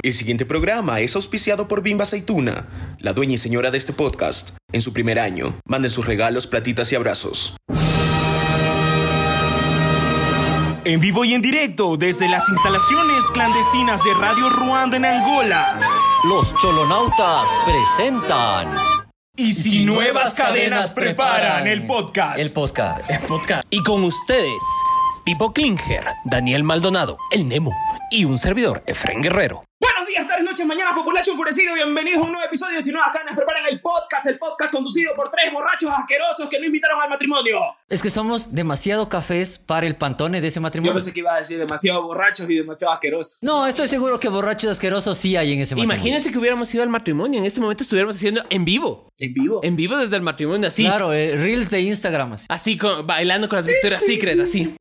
El siguiente programa es auspiciado por Bimba Aceituna, la dueña y señora de este podcast. En su primer año, manden sus regalos, platitas y abrazos. En vivo y en directo desde las instalaciones clandestinas de Radio Ruanda en Angola. Los Cholonautas presentan Y si, nuevas cadenas preparan el podcast. El podcast. Y con ustedes, Pipo Klinger, Daniel Maldonado, el Nemo y un servidor, Efren Guerrero. Buenos días, tardes, noches, mañanas, populacho enfurecido. Bienvenidos a un nuevo episodio de Si Nuevas Cadenas preparan el podcast. El podcast conducido por tres borrachos asquerosos que no invitaron al matrimonio. Es que somos demasiado cafés para el pantone de ese Yo matrimonio. pensé que iba a decir demasiado borrachos y demasiado asquerosos. No, estoy seguro que borrachos asquerosos sí hay en ese matrimonio. Imagínense que hubiéramos ido al matrimonio. En este momento estuviéramos haciendo en vivo. En vivo. En vivo desde el matrimonio, así. Claro, eh, reels de Instagram. así. Así, con- bailando con las victorias secret, así.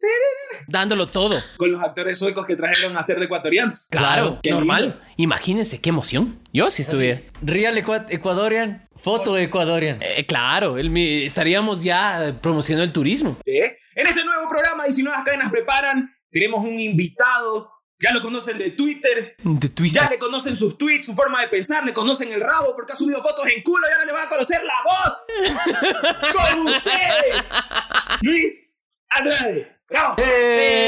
Dándolo todo. Con los actores suecos que trajeron a ser de ecuatorianos. Claro, Qué normal. lindo. Imagínense qué emoción. Yo si estuviera. Real Ecua- Ecuadorian, foto Ecuadorian. Eh, claro, el mi- estaríamos ya eh, promocionando el turismo. ¿Eh? En este nuevo programa, y si nuevas cadenas preparan, tenemos un invitado. Ya lo conocen de Twitter. De Ya le conocen sus tweets, su forma de pensar, le conocen el rabo porque ha subido fotos en culo y ahora le van a conocer la voz. Con ustedes, Luis Andrade. ¡Bravo! Eh,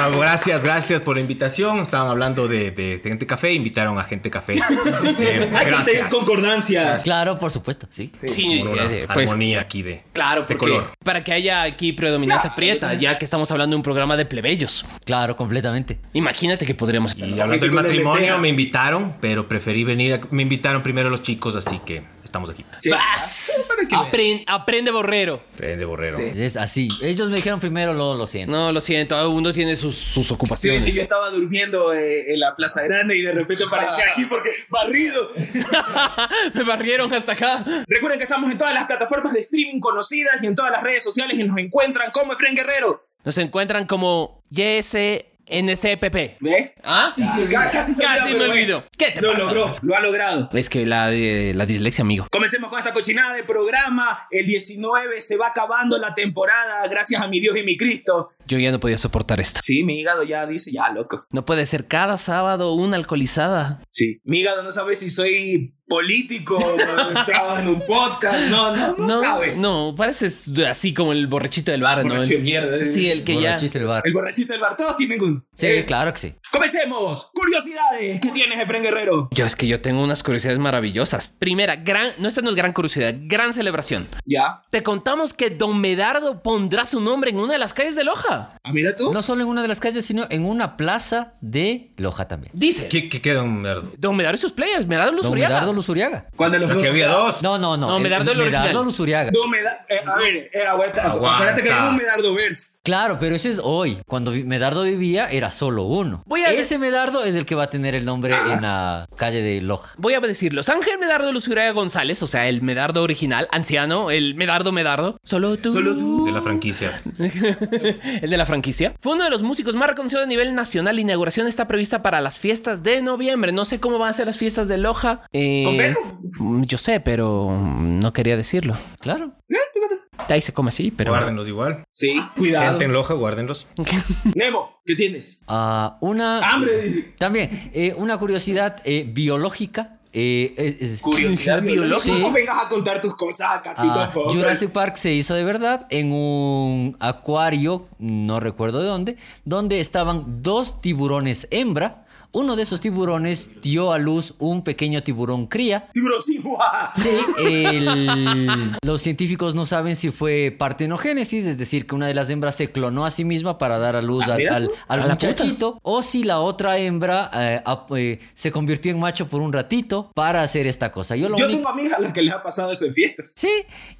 Ah, gracias, gracias por la invitación. Estaban hablando de, de gente café, invitaron a gente café. Eh, Hay que gracias. tener concordancia. Claro, por supuesto, sí. Sí, Como una eh, pues armonía aquí de, Claro, de porque color. para que haya aquí predominancia prieta, ya que estamos hablando de un programa de plebeyos. Claro, completamente. Imagínate que podríamos Y Aquí hablando del con la lenteja. matrimonio, me invitaron, pero preferí venir. a- me invitaron primero los chicos, así que estamos aquí. Sí. Ah, Vas. Ah, Apren- aprende borrero. Eh, De borrero. Es así. Ellos me dijeron primero, luego lo siento. No, lo siento, cada uno tiene sus, sus Sí, ocupaciones. sí, yo estaba durmiendo eh, en la Plaza Grande y de repente aparecí aquí porque barrido. Me barrieron hasta acá. Recuerden que estamos en todas las plataformas de streaming conocidas y en todas las redes sociales y nos encuentran como Efren Guerrero. Nos encuentran como YSNCPP. ¿Ve? ¿Ah? Ca- Casi, se Casi olvidó, me pero, eh, olvidó. ¿Qué te Lo pasa? logró, lo ha logrado. Es que la, de- la dislexia, amigo. Comencemos con esta cochinada de programa. El 19 se va acabando la temporada, gracias a mi Dios y mi Cristo. Yo ya no podía soportar esto. Sí, mi hígado ya dice, ya, loco. No puede ser cada sábado una alcoholizada. Sí. Mi hígado no sabe si soy político, o trabajo en un podcast. No, no, no, sabe. no, pareces así como el borrachito del bar, ¿no? Borracho de El- mierda. eh. sí, el que ya. Borrachito el bar. El borrachito del bar, todos tienen un. Sí, Eh, claro que sí. Comencemos. Curiosidades. ¿Qué tienes, Efren Guerrero? Yo es que yo tengo unas curiosidades maravillosas. Primera, gran, no esta no es gran curiosidad, gran celebración. Ya. Te contamos que Don Medardo pondrá su nombre en una de las calles de Loja. Ah, mira tú. No solo en una de las calles, sino en una plaza de Loja también. Dice. ¿Qué, qué queda un merdo? Don Medardo y sus players, Medardo Don Luzuriaga. Medardo Luzuriaga. Cuando los Los dos. que había dos. No, no, no. No, el- Medardo el original. Medardo Luzuriaga. No me da. eh, a ver, eh, aguanta, Aguanta. Acuérdate que hay un Medardo Verse. Claro, pero ese es hoy. Cuando vi- Medardo vivía era solo uno. Voy a- Ese Medardo es el que va a tener el nombre Ah. en la calle de Loja. Voy a decirlos. Ángel Medardo Luzuriaga González, o sea, el Medardo original, anciano, el Medardo Medardo. Solo tú. Solo tú. De la franquicia. el de la franquicia. Fue uno de los músicos más reconocidos a nivel nacional. La inauguración está prevista para las fiestas de noviembre. No sé cómo van a ser las fiestas de Loja. Eh, ¿Con mm, Yo sé, pero mm, no quería decirlo. Claro. Ahí se come así, pero... Guárdenlos igual. Sí, cuidado. Gente en Loja, guárdenlos. Nemo, ¿qué tienes? Ah, una. Hambre. También, eh, una curiosidad eh, biológica. eh, es- es- Curiosidad biológica. Sí. No vengas a contar tus cosas acá, sí, Ah, por favor. Jurassic Park se hizo de verdad en un acuario, no recuerdo de dónde, donde estaban dos tiburones hembra. Uno de esos tiburones dio a luz un pequeño tiburón cría. Tiburón sí, guau. Sí, Este, el- los científicos no saben si fue partenogénesis, es decir, que una de las hembras se clonó a sí misma para dar a luz Ah, al, mira al- tú, al a la muchachito, o si la otra hembra eh, ap- eh, se convirtió en macho por un ratito para hacer esta cosa. Yo lo Yo único, tengo amigas a las que les ha pasado eso en fiestas. sí,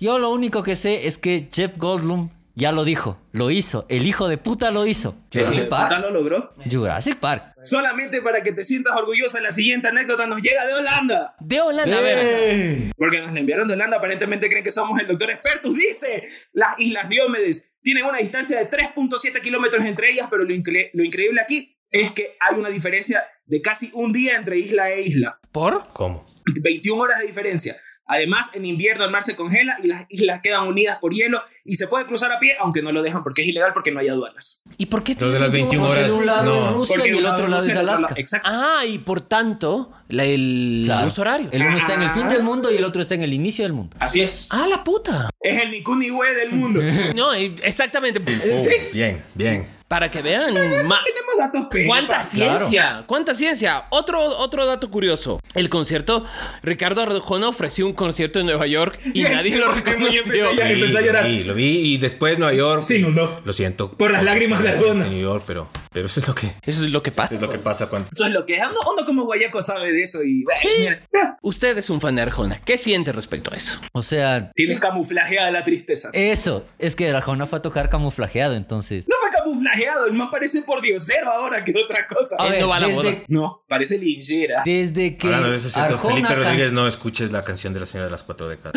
yo lo único que sé es que Jeff Goldblum ya lo dijo, lo hizo, el hijo de puta lo hizo. Sí, Jurassic puta, Park. lo logró. Jurassic Park. Solamente para que te sientas orgullosa, la siguiente anécdota nos llega de Holanda. De Holanda, a ver. Porque nos la enviaron de Holanda, aparentemente creen que somos el doctor expertus. Dice, las Islas Diómedes tienen una distancia de 3.7 kilómetros entre ellas, pero lo, incre- lo increíble aquí es que hay una diferencia de casi un día entre isla e isla. ¿Por? ¿Cómo? 21 horas de diferencia. Además, en invierno el mar se congela y las islas quedan unidas por hielo y se puede cruzar a pie, aunque no lo dejan porque es ilegal porque no hay aduanas. ¿Y por qué Los de las tiene 21 todo? Porque de horas. un lado no. es Rusia Porque y el uno otro de lado Rusia es y el otro Alaska. lado- Exacto. Ah, y por tanto, la- el Claro. uso horario. El uno está en el Ah. fin del mundo y el otro está en el inicio del mundo. Así es. Ah, la puta. Es el Nikuni del mundo. No, eh, exactamente. Oh, Sí. Bien, bien. Para que vean. ma- Tenemos datos pero- ¿Cuánta claro. ciencia? ¿Cuánta ciencia? Otro, otro dato curioso. El concierto, Ricardo Arjona ofreció un concierto en Nueva York y nadie lo Y empezó reconoció. a llorar, empezó a llorar. Sí, lo vi y después Nueva York. Se inundó. Lo siento. Por las lágrimas de Arjona. este New York, pero, pero eso es lo que, Eso es lo que pasa. es lo que pasa cuando. Eso es lo que es. Uno, uno como guayaco sabe de eso y... bueno, Sí. mira, mira, Usted es un fan de Arjona. ¿Qué siente respecto a eso? O sea, Tienes camuflajeada la tristeza. eso. Es que Arjona fue a tocar camuflajeado, entonces. No fue camuflajeado, el man parece por diosero ahora que otra cosa. Eh, A Él ver, no va a la boda. desde, No, parece linchera. desde que Hablando de eso, siento, Arjona Felipe can- Rodríguez, no escuches la canción de la señora de las cuatro décadas.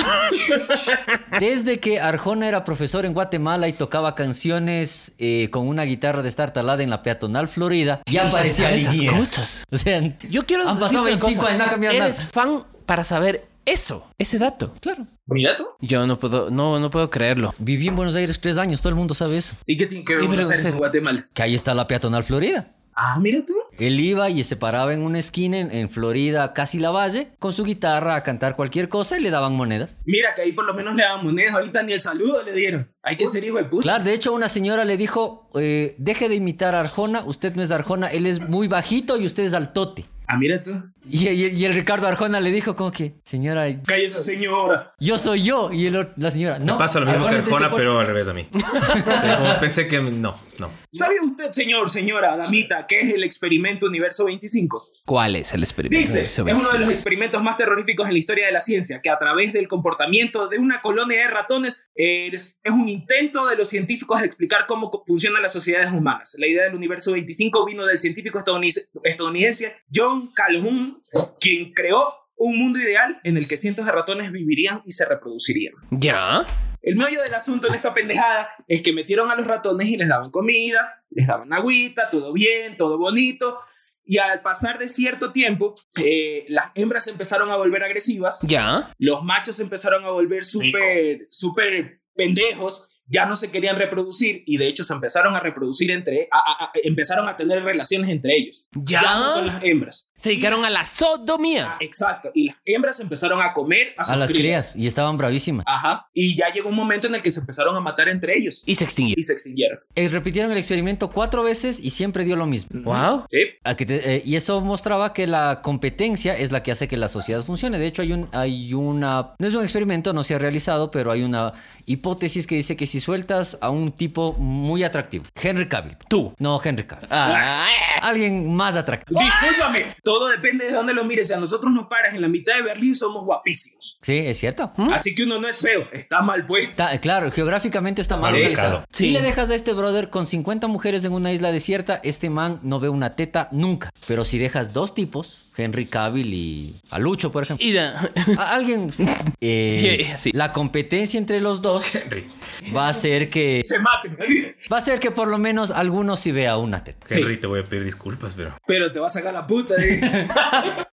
Desde que Arjona era profesor en Guatemala y tocaba canciones eh, con una guitarra destartalada en la peatonal Florida, ya parecía sabe esas línea. cosas. O sea, Yo quiero Han pasado decirte una 25 cosa. años, no ha cambiado Eres nada. fan para saber eso, ese dato. Claro. Mira tú. Yo no puedo, no, no puedo creerlo. viví en Buenos Aires tres años, todo el mundo sabe eso. ¿Y qué tiene Eh, que ver Y Buenos pero, Aires con o sea, Guatemala? Que ahí está la peatonal Florida. Ah, mira tú. Él iba y se paraba en una esquina en, en Florida, casi la valle, con su guitarra a cantar cualquier cosa y le daban monedas. Mira que ahí por lo menos le daban monedas. Ahorita ni el saludo le dieron. Hay que ser hijo de puta. Claro, de hecho una señora le dijo, eh, deje de imitar a Arjona, usted no es Arjona, él es muy bajito y usted es altote. Ah, mira tú. Y, y- y el Ricardo Arjona le dijo como que, señora, Cállese, señora. yo soy yo. Y el otro- la señora, no. Me pasa lo mismo que es de Arjona, este pero al revés a mí. Pero como pensé que no, no. ¿Sabe usted, señor, señora, damita, qué es el experimento Universo 25? ¿Cuál es el experimento? Dice, es Eso uno de los sí. experimentos más terroríficos en la historia de la ciencia, que a través del comportamiento de una colonia de ratones eh, es, es un intento de los científicos de explicar cómo co- funcionan las sociedades humanas. La idea del universo 25 vino del científico estadounidense, estadounidense John Calhoun, quien creó un mundo ideal en el que cientos de ratones vivirían y se reproducirían. Ya. El medio del asunto en esta pendejada es que metieron a los ratones y les daban comida, les daban agüita, todo bien, todo bonito. Y al pasar de cierto tiempo, eh, las hembras se empezaron a volver agresivas, Ya. los machos se empezaron a volver súper, súper pendejos, ya no se querían reproducir y de hecho se empezaron a reproducir entre, a- a- a- empezaron a tener relaciones entre ellos. Ya. no con las hembras. Se dedicaron a la sodomía. Ah, Exacto. Y las hembras empezaron a comer po- a, sus A las crías. Y estaban bravísimas. Ajá. Y ya llegó un momento en el que se empezaron a matar entre ellos Y se extinguieron. y se extinguieron. Eh, repitieron el experimento cuatro veces y siempre dio lo mismo. Wow. Sí. A que te- eh, y eso mostraba que la competencia es la que hace que la sociedad funcione. De hecho, hay, un, hay una... No es un experimento, no se ha realizado, pero hay una hipótesis que dice que si sueltas a un tipo muy atractivo, Henry Cavill. Tú. No, Henry Cavill. Ah, Alguien más atractivo. Discúlpame, todo depende de dónde lo mires. Si a nosotros nos paras en la mitad de Berlín, somos guapísimos. Sí, es cierto. Así que uno no es feo, está mal pues. puesto. Está- claro, geográficamente está mal Mal organizado. ubicado. Si Sí. le dejas a este brother con 50 mujeres en una isla desierta, este man no ve una teta nunca. Pero si dejas dos tipos, Henry Cavill y a Lucho, por ejemplo, y da- a alguien, eh, Yeah, sí. la competencia entre los dos Henry. va a hacer que Se maten, así. va a ser que por lo menos alguno sí vea una teta. Sí. Henry, te voy a pedir disculpas, pero. Pero te va a sacar la puta. ¿eh?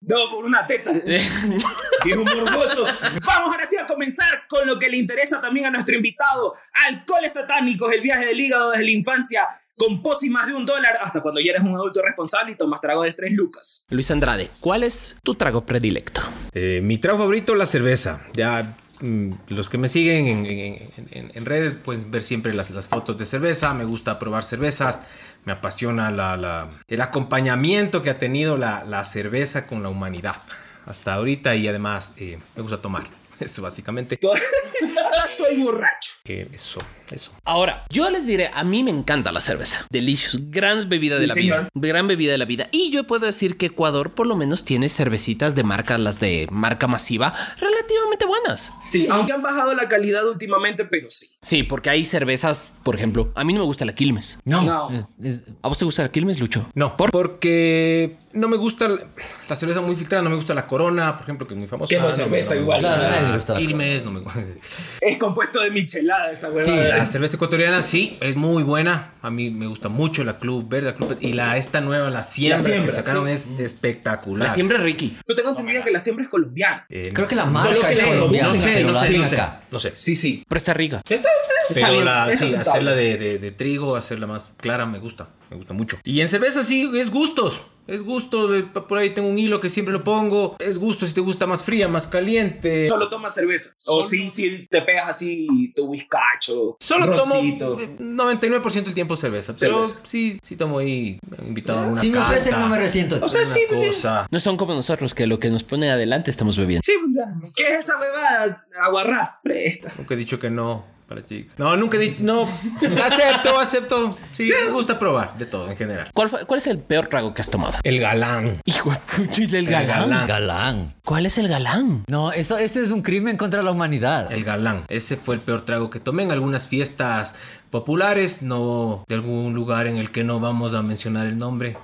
Todo por una teta. Viejo morboso. Vamos ahora sí a comenzar con lo que le interesa también a nuestro invitado: alcoholes satánicos, el viaje del hígado desde la infancia, con posis más de un dólar, hasta cuando ya eres un adulto responsable y tomas trago de tres lucas. Luis Andrade, ¿cuál es tu trago predilecto? Eh, mi trago favorito, la cerveza. Ya mm, los que me siguen en, en- en- en redes pueden ver siempre las, las fotos de cerveza. Me gusta probar cervezas. Me apasiona la- la- el acompañamiento que ha tenido la, la cerveza con la humanidad hasta ahorita y además eh, me gusta tomar. Eso básicamente. Todo- Soy borracho. Eh, eso, eso. Ahora, yo les diré, a mí me encanta la cerveza. Delicious, gran bebida de Sí, la señor. vida. Gran bebida de la vida. Y yo puedo decir que Ecuador por lo menos tiene cervecitas de marca, las de marca masiva, relativamente buenas. Sí, aunque han bajado la calidad últimamente, pero sí. Sí, porque hay cervezas, por ejemplo, a mí no me gusta la Quilmes. No. Es- es- ¿A vos te gusta la Quilmes, Lucho? No, porque no me gusta la, la cerveza muy filtrada, no me gusta la Corona, por ejemplo, que es muy famosa. Que no me- cerveza me igual. gusta Claro, nadie le la gusta la Quilmes, no me gusta. Es compuesto de michelada esa Sí, huevada. la cerveza ecuatoriana sí, es muy buena. A mí me gusta mucho la Club Verde, la Club Pet- y la esta nueva, la siembra, Siembra, Mm. que sacaron es espectacular. La siembra es Ricky. Yo tengo entendido que la siembra es colombiana. Eh, Creo que la no marca sé, es no sé, colombiana, no sé, pero no la sé, hacen no sé, acá. No sé. Sí, sí. Pero está rica. Está- está Pero bien, la, es sí, aceptable. hacerla de, de- de trigo, hacerla más clara, me gusta. Me gusta mucho. Y en cerveza sí, es gustos. Es gustos. eh, pa- Por ahí tengo un hilo que siempre lo pongo. Es gusto si te gusta más fría, más caliente. Solo tomas cerveza. O si, si te pegas así tu bizcacho. Solo rosito. tomo eh, 99% del tiempo cerveza. Pero Cerveza. sí, sí tomo ahí me han invitado a una Si me ofrecen, cata, no me resiento. O sea, una sí, cosa. No son como nosotros que lo que nos pone adelante estamos bebiendo. Sí, ¿qué es esa huevada? Aguarrás. Presta. Nunca he dicho que no para chicas. No, nunca he dicho. No, acepto, acepto. Sí, me gusta probar de todo en general. ¿Cuál, fue- ¿Cuál es el peor trago que has tomado? El galán. Hijo de pucha, ¿y el galán. galán. Galán. ¿Cuál es el galán? No, eso, eso es un crimen contra la humanidad. El galán. Ese fue el peor trago que tomé en algunas fiestas populares, no de algún lugar en el que no vamos a mencionar el nombre.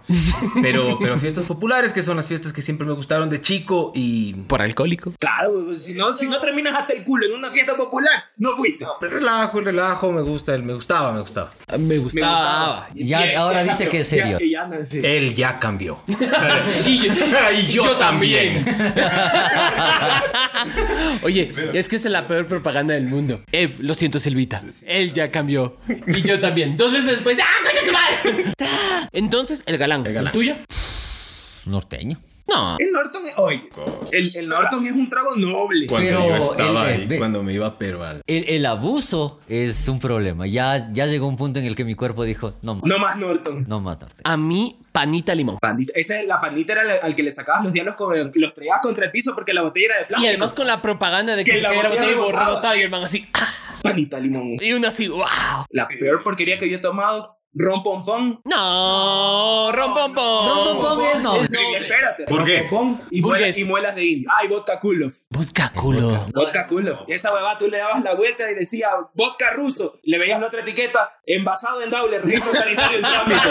Pero, pero fiestas populares, que son las fiestas que siempre me gustaron de chico y. Por alcohólico. Claro, huevón, si no, si no terminas hasta el culo en una fiesta popular, no fuiste. El relajo, el relajo, me gusta, el me gustaba, me gustaba. Me Me gustaba. Ya, ahora dice cambió. que es Ya- serio. ya no, sí. Él ya cambió. y yo, también. Oye, es que es la peor propaganda del mundo. Eh, lo siento, Silvita. Él ya cambió. Y yo también. Dos veces después. ¡Ah, coño, tu madre! Entonces, el galán. ¿El, galán. tuyo? Norteño. No. El Norton es. Oye, el, el Norton es un trago noble. Pero el- el- ve- me iba a Perual. El, el abuso es un problema. Ya, ya llegó un punto en el que mi cuerpo dijo, no más, No más Norton. no más norteño. A mí, panita limón. Pandita. Esa es la pandita era la- al que le sacabas los diablos con los pegabas contra el piso porque la botella era de Y plástico. además con la propaganda de que, Que se la cae la botella botella y rebotaba. rebotaba y el man así. ¡ah! Panita limón. Y uno así. ¡Wow! La peor porquería que yo he tomado, ron pompón. No, rompompón. No, Pompón es noble. Espérate. Burgués. ron pompón Y, muelas, Burgués. y muelas de indio. Ay, vodka Kulov. Busca culo. Vodka Kulov. Esa huevada tú le dabas la vuelta y decía vodka ruso. Le veías la otra etiqueta, envasado en doble, registro sanitario en trámite.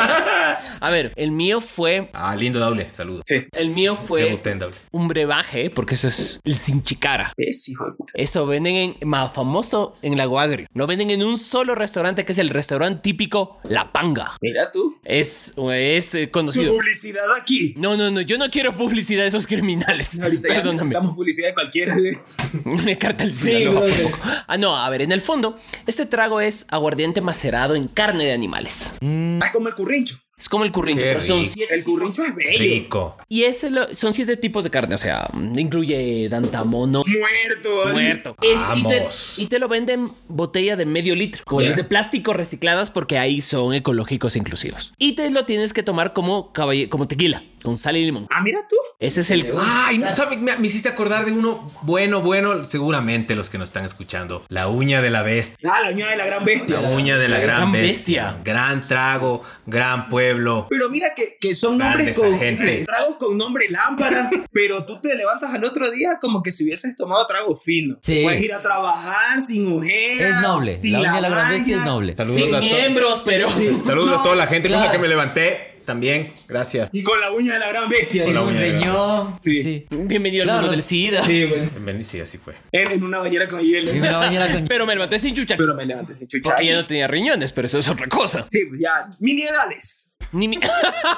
A ver, el mío fue. Ah, lindo Daule, saludos. Sí. El mío fue Debuté en Daule. un brebaje, porque eso es el sinchicara. Es hijo de puta. Eso venden en más famoso en Lago Agrio. Lo venden en un solo restaurante que es el restaurante típico La Panga. Mira tú. Es, es eh, Su conocido. publicidad aquí. No, no, no, yo no quiero publicidad de esos criminales. Ahorita ya Perdóname. necesitamos publicidad de cualquiera. de- Me carta el Sí, Sinaloa, brother. tampoco. Ah, no, a ver, en el fondo, este trago es aguardiente macerado en carne de animales. Ah, Es como el currincho. Es como el currincho, Qué pero son rico. siete El currincho es bello. Rico. Y ese lo- son siete tipos de carne, o sea, mm, incluye dantamono, Muerto. muerto. Es- y, te, Vamos. y te lo venden botella de medio litro, como Ya. las de plástico recicladas porque ahí son ecológicos e inclusivos. Y te lo tienes que tomar como caballe- como tequila, con sal y limón. Ah, mira tú. Ese es el Ay, ¿sabe? Me, me hiciste acordar de uno bueno, bueno, seguramente los que nos están escuchando. La uña de la bestia. Ah, la uña de la gran bestia. La uña de la, gran, gran bestia. bestia. Gran trago, gran pueblo. Pero mira que, que son Grandes nombres con agentes. tragos con nombre lámpara, pero tú te levantas al otro día como que si hubieses tomado trago fino. Sí. Puedes ir a trabajar sin ojeras. Es noble. sin La uña de la gran lavaña. bestia es noble. Saludos, sin a, to- miembros, pero saludos a toda la gente con la claro. que me levanté. También, gracias. Y con la uña de la gran bestia. Sí, la un uña de la riñón. Sí. Sí. bienvenido Claro, al mundo los- del SIDA. Sí, güey. Ven, Sí, así fue. En, en una bañera con hielo. Y una bañera con- Pero me levanté sin chucha. Pero me levanté sin chucha. porque ya no tenía riñones, pero eso es otra cosa. Sí, pues ya. Mini edades. Ni mi-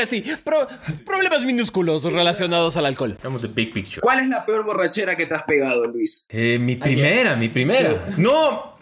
Así, pro- problemas minúsculos relacionados al alcohol. Vamos de big picture. ¿Cuál es la peor borrachera que te has pegado, Luis? Eh, mi primera, mi primera. No.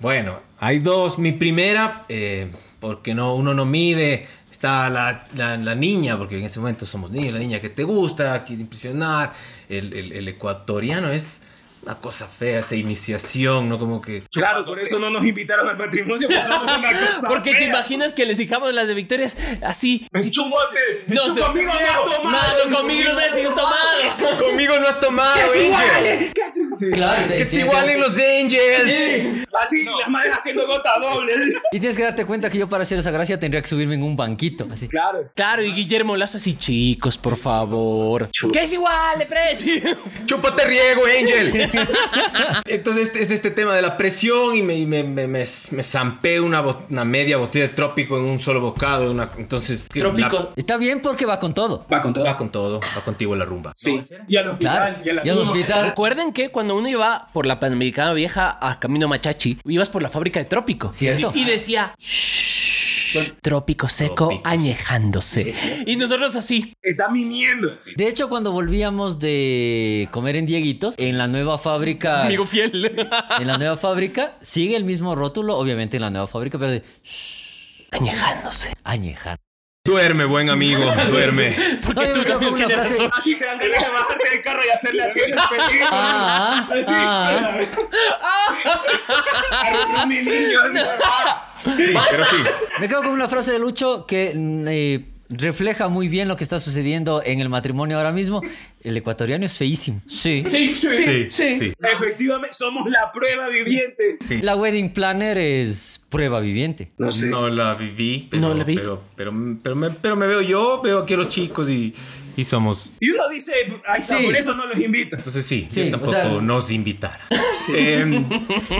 Bueno, hay dos. Mi primera, eh, porque no, uno no mide. Está la, la- la niña, porque en ese momento somos niños, la niña que te gusta, quiere impresionar. El, el- el ecuatoriano es una cosa fea, esa iniciación, ¿no? Como que. Claro, por eso no nos invitaron al matrimonio. Porque somos una cosa Porque te fea. imaginas que les dejamos las de victorias así. Chupote, No no sé. conmigo no has tomado. Mano, conmigo no he sido tomado. Conmigo no has tomado, ¡Es Angel. igual! eh! ¿Qué hace? Sí. Claro, te- Que es tienes igual que- en los Angels. Así, las madres haciendo gota doble. Y tienes que darte cuenta que yo para hacer esa gracia tendría que subirme en un banquito. Así. Claro. Claro, y Guillermo Lazo así, chicos, por favor. Que es igual de precio. Chúpate riego, Angel. Entonces este- es este tema de la presión y me, y me, me, me- me zampé una, bot- una media botella de trópico en un solo bocado. una- entonces, ¿qué? Trópico. Está bien porque va con todo. Va con La- todo. va con todo, va contigo la rumba. Sí. Y al hospital. Claro. Y a la Y al misma. hospital. Recuerden que cuando uno iba por la Panamericana Vieja a Camino Machachi, ibas por la fábrica de Trópico. Cierto. Y decía, "Shh, Trópico seco Trópico. añejándose. Y nosotros así. Está miniendo. De hecho, cuando volvíamos de comer en Dieguitos, en la nueva fábrica. Amigo fiel. En la nueva fábrica, sigue el mismo rótulo, obviamente en la nueva fábrica, pero de añejándose. añejar. Duerme, buen amigo, duerme. No, Porque yo me tú quedo con cambias una frase. generación. Así te dan ganas de bajarte del carro y hacerle así el despedido. Ah, Así. ah. Arruinó mi niño. ah. Sí, pero sí. Me quedo con una frase de Lucho que mm, eh, refleja muy bien lo que está sucediendo en el matrimonio ahora mismo. El ecuatoriano es feísimo. Sí. Sí, sí, Sí, sí. Efectivamente, somos la prueba viviente. La wedding planner es prueba viviente. No sé. No la viví, pero, No la vi. pero, pero, pero me, pero me veo yo, veo aquí a los chicos y, y somos. Y uno dice, ay, no, Sí. por eso no los invita. Entonces sí, Sí, yo o tampoco sea- nos invitaron. Eh,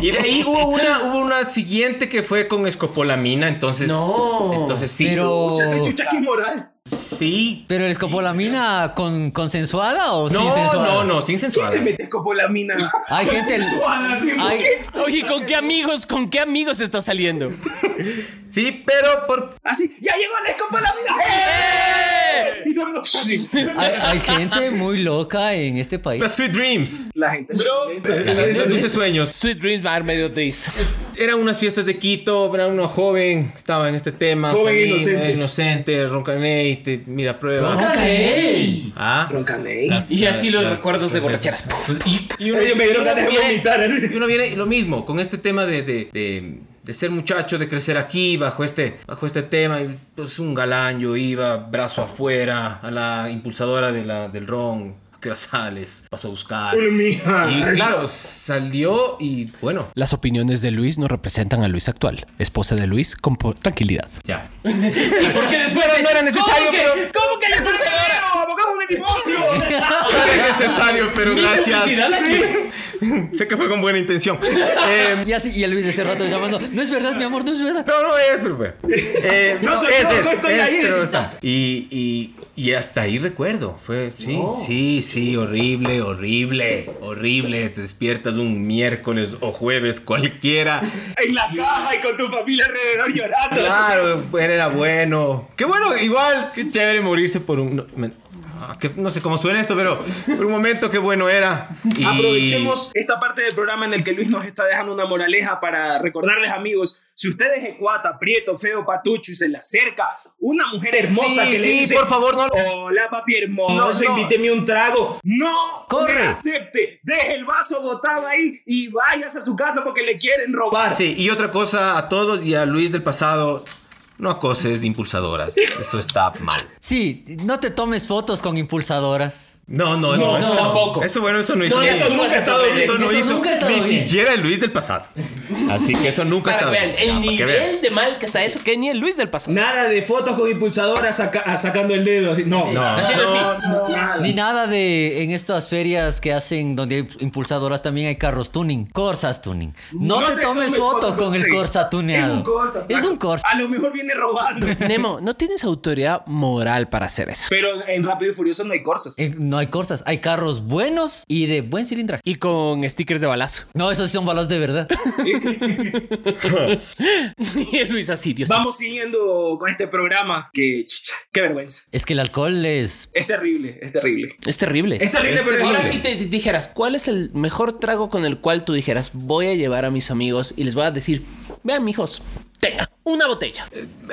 y de ahí hubo una, hubo una siguiente que fue con escopolamina, entonces. No. Entonces sí. Pero- Mucha ese chucha que es moral. Sí. Pero el escopolamina con consensuada o sin No, sensuada? no, no, sin ¿Quién sensual. se mete con la mina? Hay gente- Sensuada, Diego, hay- ¿qué? Oye, ¿con qué amigos? ¿Con qué amigos está saliendo? Sí, pero por. Así, Ah, ya llegó la escopolamina. ¡Eh! Y no lo sale. Hay, hay gente muy loca en este país. Las Sweet Dreams. La gente. La gente de dulces sueños. Sweet Dreams Bar Medio Days. Eran unas fiestas de Quito, era uno joven, estaba en este tema. Joven salí, inocente. eh, Inocente, roncaney, te mira prueba. Ah. Roncaney. Las- Y así los las- recuerdos de las- borracheras. Y, y uno, Oye, me dieron y uno ganas de viene- vomitar. eh. Y uno viene y lo mismo, con este tema de, de, de- de ser muchacho, de crecer aquí, bajo este, bajo este tema. y, Pues un galán, yo iba brazo afuera a la impulsadora de la, del ron. ¿A qué hora sales? Paso a buscar. Uy, mija. Y claro, salió y bueno, Las opiniones de Luis no representan a Luis actual, esposa de Luis, con po- tranquilidad. ya. Sí, porque después no era necesario, ¿Cómo que, pero- ¿cómo que la esposa ahora? ¡Pero, abogado de divorcio! es necesario, pero gracias. publicidad sé que fue con buena intención. Eh, Em, Y así, y el Luis de ese rato llamando, no es verdad, mi amor, no es verdad. No, no es, pero fue. Eh, No soy yo, no estoy ahí. pero estamos. Y, y, y hasta ahí recuerdo. Fue, sí, sí, sí, horrible, horrible, horrible. Te despiertas un miércoles o jueves cualquiera. En la caja y con tu familia alrededor llorando. Claro, era bueno. Qué bueno, igual, qué chévere morirse por un. No, me- ah, que- no sé cómo suena esto, pero por un momento qué bueno era. Y- Aprovechemos esta parte del programa en el que Luis nos está dejando una moraleja para recordarles, amigos, si usted es ecuata, prieto, feo, patucho y se le acerca una mujer hermosa Sí, que le sí, dice, por favor, no- Hola, papi hermoso, No, no. invíteme un trago. ¡No! Corre. ¡Me acepte! Deje el vaso botado ahí y váyase a su casa porque le quieren robar. Sí, y otra cosa a todos y a Luis del pasado, no acoses impulsadoras. Eso está mal. Sí, no te tomes fotos con impulsadoras. No, no, no, eso no, tampoco. Eso bueno, eso no hizo. No, Luis. Eso Eso nunca ha estado nunca bien. Eso no eso hizo nunca ha estado ni bien. siquiera el Luis del pasado. Así que eso nunca Para está que vean, bien. el Ya, para que vean. nivel de mal que está eso, que ni el Luis del pasado. Nada de fotos con impulsadoras saca- ah, sacando el dedo. así, No, No. Haciendo así. nada. Ni nada de en estas ferias que hacen donde hay impulsadoras también hay carros tuning, Corsas tuning. No, te, tomes, foto, fotos con el sí. Corsa tuneado. Es un Corsa. Es flaco. un Corsa. A lo mejor viene robando. Nemo, no tienes autoridad moral para hacer eso. Pero en Rápido y Furioso no hay Corsas. Eh, No hay Corsas, hay carros buenos y de buen cilindraje. Y con stickers de balazo. No, esos sí son balas de verdad. Y el Luis así, Dios. Vamos siguiendo con este programa que, chicha, qué vergüenza. Es que el alcohol es... Es terrible, es terrible. Es terrible. Es terrible, pero es Ahora libre. si te te dijeras, ¿cuál es el mejor trago con el cual tú dijeras, voy a llevar a mis amigos y les voy a decir, vean, mijos, tenga una botella?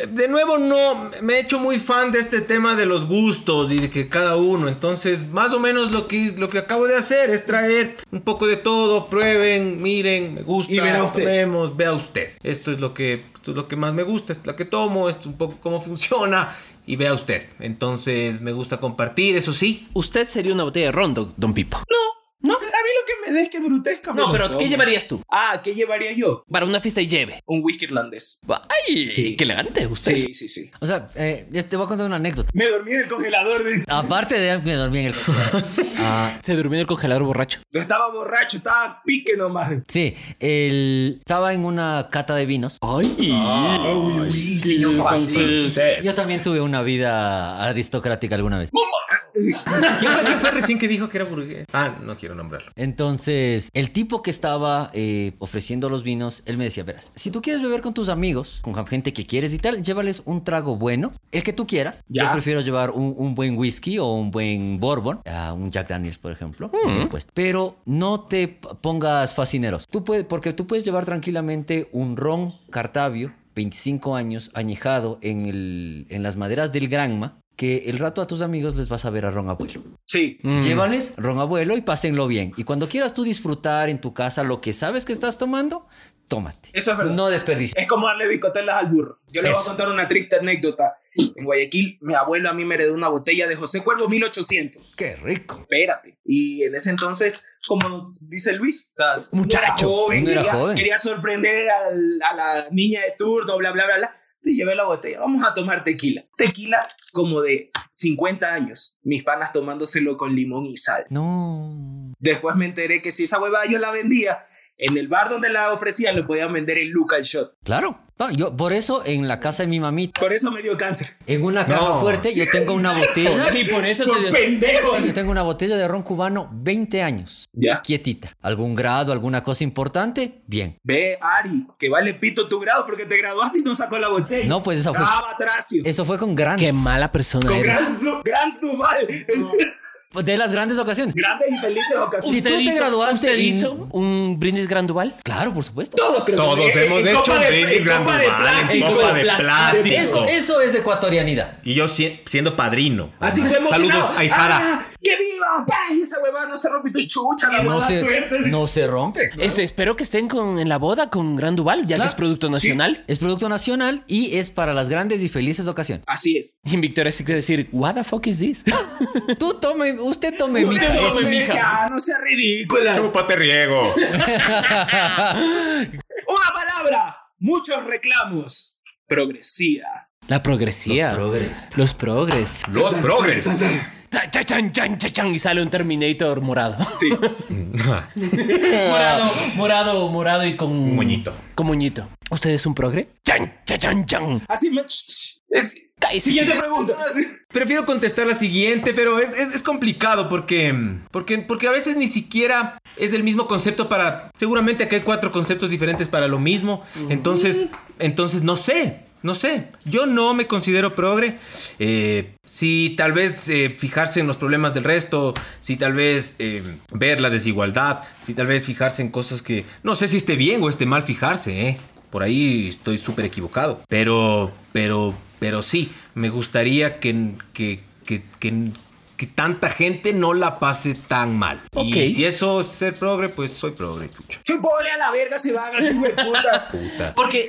De nuevo, no, me he hecho muy fan de este tema de los gustos y de que cada uno. Entonces, más o menos lo que, lo que acabo de hacer es traer un poco de todo. Prueben, miren, me gusta. Y verá usted. tomemos, vea usted. Esto es lo que, esto es lo que más me gusta, es lo que tomo, esto es un poco cómo funciona. y vea usted. Entonces me gusta compartir, eso sí. Usted sería una botella de ron, don, don Pipo. No, a mí lo que me des que brutezca. No, me pero lo ¿qué tomo. llevarías tú? Ah, ¿qué llevaría yo? Para una fiesta y lleve. Un whisky irlandés. ¡Ay! Sí. ¡Qué elegante usted! Sí, sí, sí. O sea, eh, ya te voy a contar una anécdota. Me dormí en el congelador. De... Aparte de me dormí en el... Ah, Se durmió en el congelador borracho. No estaba borracho, estaba pique nomás. sí, el... estaba en una cata de vinos. ¡Ay! Ah. Sí, señor Francis. Yo también tuve una vida aristocrática alguna vez. ¿Quién fue, quién fue recién que dijo que era burgués? Ah, no quiero nombrarlo. Entonces, el tipo que estaba eh, ofreciendo los vinos, él me decía, verás, si tú quieres beber con tus amigos, con gente que quieres y tal, llévales un trago bueno, el que tú quieras. Ya. Yo prefiero llevar un, un buen whisky o un buen bourbon, ah, un Jack Daniels, por ejemplo. bien puesto. Pero no te p- pongas fascineros. Tú puedes, porque tú puedes llevar tranquilamente un ron cartabio, 25 años, añejado en, el- en las maderas del Granma, que el rato a tus amigos les vas a ver a ron abuelo. Sí. Mm. Llévales ron abuelo y pásenlo bien. Y cuando quieras tú disfrutar en tu casa lo que sabes que estás tomando, tómate. Eso es verdad. Eh. No desperdicies. Es como darle bicotelas al burro. Yo les voy a Eso. contar una triste anécdota. En Guayaquil, mi abuelo a mí me heredó una botella de José Cuervo 1800. Qué rico. Espérate. Y en ese entonces, como dice Luis, o sea, muchacho, joven, no era quería, joven. quería sorprender al- a la niña de turno, bla, bla, bla, bla. Te llevé la botella. Vamos a tomar tequila. Tequila como de 50 años. Mis panas tomándoselo con limón y sal. No. Después me enteré que si esa huevada yo la vendía, en el bar donde la ofrecía le podían vender el Luca el shot. Claro. No, yo, por eso en la casa de mi mamita, Por eso me dio cáncer. en una caja No. fuerte, yo tengo una botella. Y por eso Por te... pendejo. Yo tengo una botella de ron cubano 20 años. Ya. Quietita. ¿Algún grado, alguna cosa importante? Bien. Ve, Ari, que vale pito tu grado porque te graduaste y no sacó la botella. No, pues esa fue. Estaba Tracio. Eso fue con grandes. ¡Qué mala persona Con eres! gran, su- gran Subal. Es- De las grandes ocasiones. Grandes y felices ocasiones. Si tú te graduaste ¿Usted y- hizo un brindis gran Duval? Claro, por supuesto. Todos creo Todos que en- hemos en hecho copa un de- brindis en Gran copa de Duval, en plástico. copa de plástico. plástico. Eso, eso es ecuatorianidad. Y yo si- siendo padrino. Así que emocionado. Saludos a Ifara. ¡Ah, ¡Que viva! ¡Pay! Esa huevada no se rompió tu chucha, la No mala se, suerte. no se rompe. Este, espero que estén con, en la boda con Gran Duval, ya que Claro. es producto nacional. Es producto nacional y es para las grandes y felices ocasiones. Así es. Y en Victoria sí que decir, ¿What the fuck is this? Tú tome, usted tome, Usted mija. no es sea- mija. ya, no sea ridícula. Chúpate riego. Una palabra, muchos reclamos. Progresía. la progresía. Los progres. Los progres. Los progres. Ta- cha- chan, chan, cha- chan, y sale un Terminator morado. Sí. morado, morado, morado y con. Un moñito. Con moñito. ¿Usted es un progre? Chan, cha- chan, chan. Así me. Es... Cállese. Siguiente pregunta. Prefiero contestar la siguiente, pero es, es- es complicado porque, porque, porque a veces ni siquiera es el mismo concepto para... Seguramente aquí hay cuatro conceptos diferentes para lo mismo. Entonces, entonces no sé, no sé. Yo no me considero progre. Eh, sí, tal vez eh, fijarse en los problemas del resto, sí, tal vez eh, ver la desigualdad, sí, tal vez fijarse en cosas que... No sé si esté bien o esté mal fijarse, ¿eh? Por ahí estoy súper equivocado. Pero, pero, pero sí, me gustaría que, que, que, que- que tanta gente no la pase tan mal. Ok. Y si eso es ser progre, pues soy progre, chucha. Soy pobre a la verga, se van a ese hijo de puta. Puta. Porque,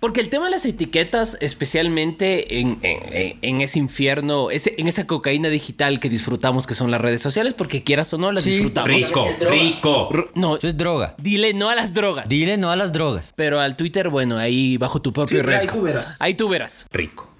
porque el tema de las etiquetas, especialmente en, en- en ese infierno, ese, en esa cocaína digital que disfrutamos, que son las redes sociales, porque quieras o no, las Sí. disfrutamos. Rico, rico. R- No, Eso es droga. dile no a las drogas. Dile no a las drogas. Pero al Twitter, bueno, ahí bajo tu propio Sí, pero ahí riesgo. tú verás. Ahí tú verás. Rico.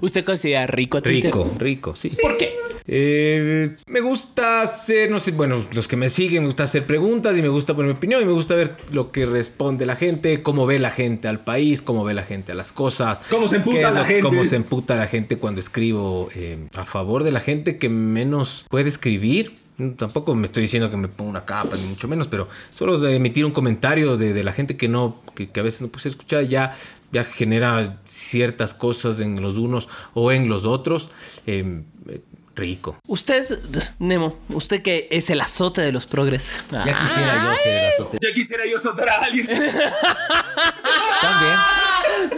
¿Usted considera rico a Twitter? Rico, rico, sí. ¿Por qué? Eh, me gusta hacer, no sé, bueno, los que me siguen, me gusta hacer preguntas y me gusta poner mi opinión y me gusta ver lo que responde la gente, cómo ve la gente al país, cómo ve la gente a las cosas. Cómo se emputa qué es lo- la gente. Cómo se emputa la gente cuando escribo eh, a favor de la gente que menos puede escribir. Mm, Tampoco me estoy diciendo que me ponga una capa, ni mucho menos, pero solo de emitir un comentario de, de la gente que no, que, que a veces no puede ser escuchada, ya, ya genera ciertas cosas en los unos o en los otros. Eh, eh, rico. Usted, Nemo, usted que es el azote de los progres. Ya quisiera yo ser azote. Ya quisiera yo soltar a alguien. También.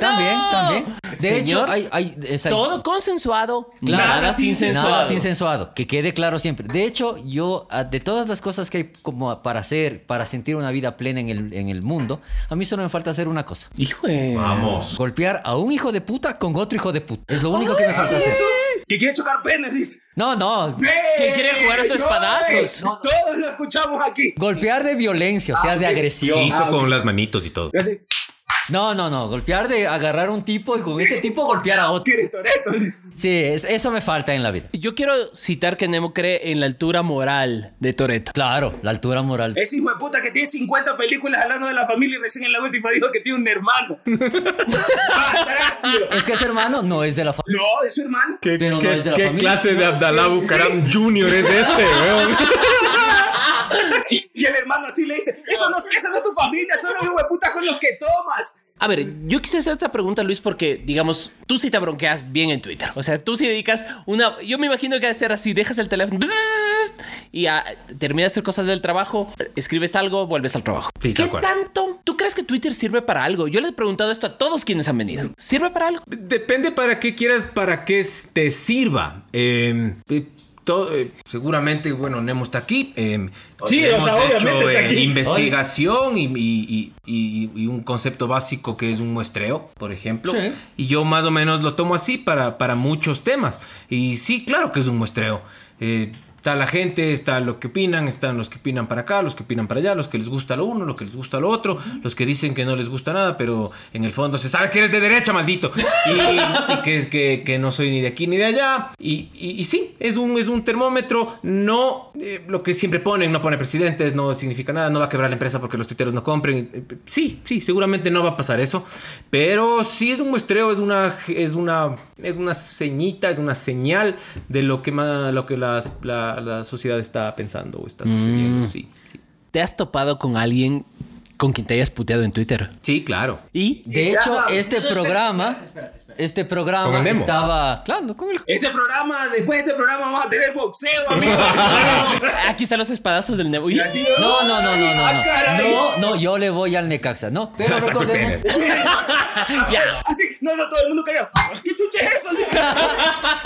También, también. De Señor, hecho, hay, hay- es- hay- Ah, Todo consensuado. Claro. nada sin sensuado. Nada sin sensuado, que quede claro siempre. De hecho, yo, ah, de todas las cosas que hay como para hacer, para sentir una vida plena en el, en el mundo, a mí solo me falta hacer una cosa. Hijo de- Vamos. Golpear a un hijo de puta con otro hijo de puta. Es lo único que me falta hacer. Que quiere chocar penes, dice. No, no. Que quiere jugar a esos espadazos? Todos lo escuchamos aquí. Golpear de violencia, o Ah, sea, de Lo agresión. hizo con las manitos y todo. Y Así, No, no, no. Golpear de agarrar a un tipo y con ese tipo golpear a otro. ¿quieres Toreto? Sí, es- eso me falta en la vida. Yo quiero citar que Nemo cree en la altura moral de Toretta. Claro, la altura moral. Eh. Ese hijo de puta que tiene 50 películas hablando de la familia y recién en la última dijo que tiene un hermano. ¡Patracio! Es que ese hermano no es de la familia. No, de su hermano. ¿Qué, Pero no qué- es de la qué familia. clase de Abdalá Bucaram Jr. es este, weón? Y, y el hermano así le dice: Eso no, esa no es tu familia, son los hijos de puta con los que tomas. A ver, yo quise hacer esta pregunta, Luis, porque, digamos, tú sí te bronqueas bien en Twitter. O sea, tú sí dedicas una. Yo me imagino que hacer así: dejas el teléfono y ah, terminas de hacer cosas del trabajo, escribes algo, vuelves al trabajo. Sí, ¿Qué tal cual. tanto? ¿Tú crees que Twitter sirve para algo? Yo le he preguntado esto a todos quienes han venido. ¿Sirve para algo? Depende para qué quieras, para qué s- te sirva. Eh, eh, to- eh, seguramente, bueno, Nemo está aquí. eh, Sí, o sea, obviamente está eh, aquí. investigación y, y- y- y- y un concepto básico que es un muestreo, por ejemplo. Sí. Y yo más o menos lo tomo así para, para muchos temas. Y sí, claro que es un muestreo. Eh, está la gente, está lo que opinan, están los que opinan para acá, los que opinan para allá, los que les gusta lo uno, los que les gusta lo otro, los que dicen que no les gusta nada, pero en el fondo se sabe que eres de derecha, maldito. Y, y que, que- que no soy ni de aquí ni de allá. Y, y- y sí, es un, es un termómetro, no eh, lo que siempre ponen, no pone presidentes, no significa nada, no va a quebrar la empresa porque los tuiteros no compren. Eh, eh, Sí, sí, seguramente no va a pasar eso, pero sí es un muestreo, es una, es una, es una ceñita, es una señal de lo que, ma- lo que las- la, la sociedad está pensando o está sucediendo. Sí, sí. ¿Te has topado con alguien con quien te hayas puteado en Twitter? Sí, claro. ¿Y? De hecho, este programa, este Con el programa Nemo. estaba, claro, con el Este programa, después de este programa, vamos a tener boxeo, amigo. Aquí están los espadazos del Nemo. Y así, No, no, no, no, no, ¡Ah, caray! no. No, no, yo le voy al Necaxa, no. Pero Saco el recordemos, Ya. Así, no, no, todo el mundo callado. ¿Qué chuche es eso?